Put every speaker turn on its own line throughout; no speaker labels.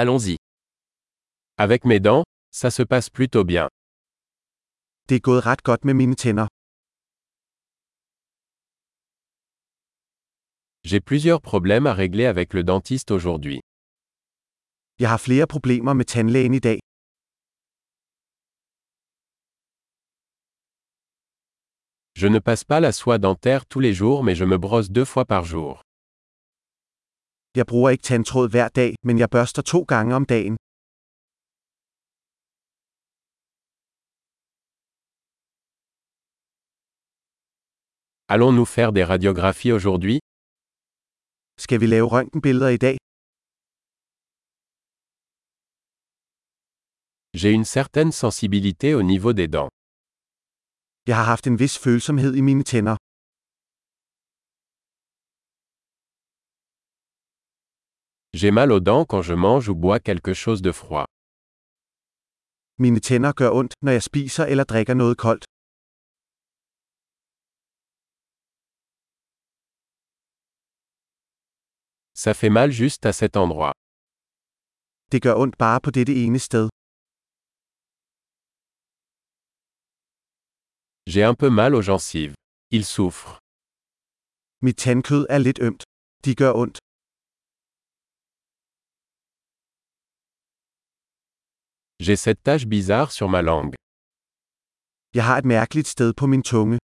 Allons-y. Avec mes dents, ça se passe plutôt bien.
Det er gået ret godt med mine tænder.
J'ai plusieurs problèmes à régler avec le dentiste aujourd'hui.
Jeg har flere problemer med tandlægen i dag.
Je ne passe pas la soie dentaire tous les jours mais je me brosse deux fois par jour.
Jeg bruger ikke tandtråd hver dag, men jeg børster to gange om dagen.
Allons-nous faire des radiographies aujourd'hui
Skal vi lave røntgenbilleder i dag?
J'ai une certaine sensibilité au niveau des dents.
Jeg har haft en vis følsomhed i mine tænder.
J'ai mal aux dents quand je mange ou bois quelque chose de froid.
Mine tænder gør ondt, når jeg spiser eller drikker noget koldt.
Ça fait mal juste à cet endroit.
Det gør ondt bare på dette ene sted.
J'ai un peu mal aux gencives. Il souffre.
Mit tandkød er lidt ømt. De gør ondt.
J'ai cette tache bizarre sur ma langue.
Jeg har et mærkeligt sted på min tunge.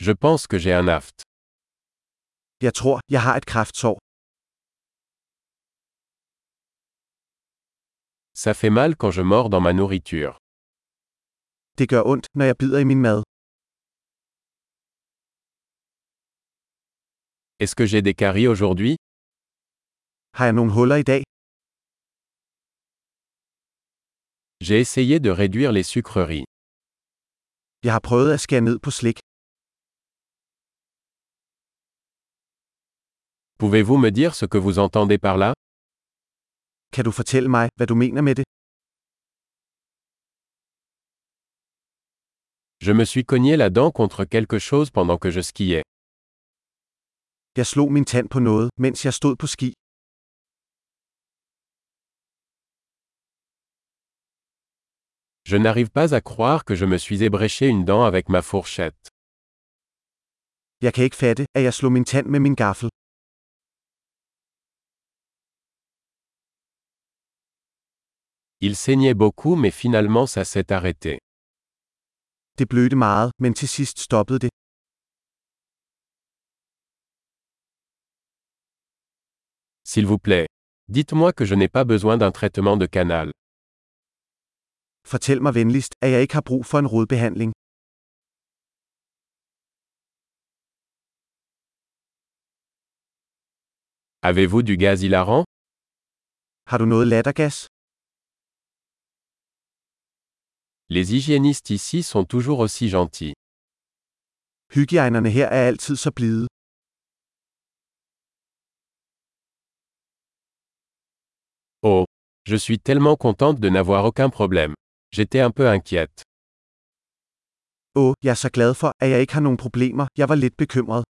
Je pense que j'ai un aft.
Jeg tror, jeg har et kraftsår.
Ça fait mal quand je mords dans ma nourriture.
Det gør ondt, når jeg bider i min mad.
Est-ce que j'ai des caries aujourd'hui
Har jeg nogle huller i dag?
J'ai essayé de réduire les sucreries.
Jeg har prøvet at skære ned på slik.
Pouvez-vous me dire ce que vous entendez par là
Kan du fortælle mig, hvad du mener med det?
Je me suis cogné la dent contre quelque chose pendant que je skiais.
Jeg slog min tand på noget, mens jeg stod på ski.
Je n'arrive pas à croire que je me suis ébréché une dent avec ma fourchette.
Jeg kan ikke fatte, at jeg slog min tand med min gaffel.
Il saignait beaucoup mais finalement ça s'est arrêté.
Det blødte meget, men til sidst stoppede det.
S'il vous plaît, dites-moi que je n'ai pas besoin d'un traitement de canal.
Fortæl mig venligst, at jeg ikke har brug for en rodbehandling.
Avez-vous du gaz hilarant
Har du noget lattergas?
Les hygiénistes ici sont toujours aussi gentils.
Hygiejnerne her er altid så blide.
Oh, je suis tellement contente de n'avoir aucun problème. J'étais un peu inquiète.
Åh, jeg er så glad for, at jeg ikke har nogen problemer. Jeg var lidt bekymret.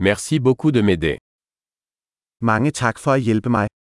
Merci beaucoup de m'aider.
Mange tak for at hjælpe mig.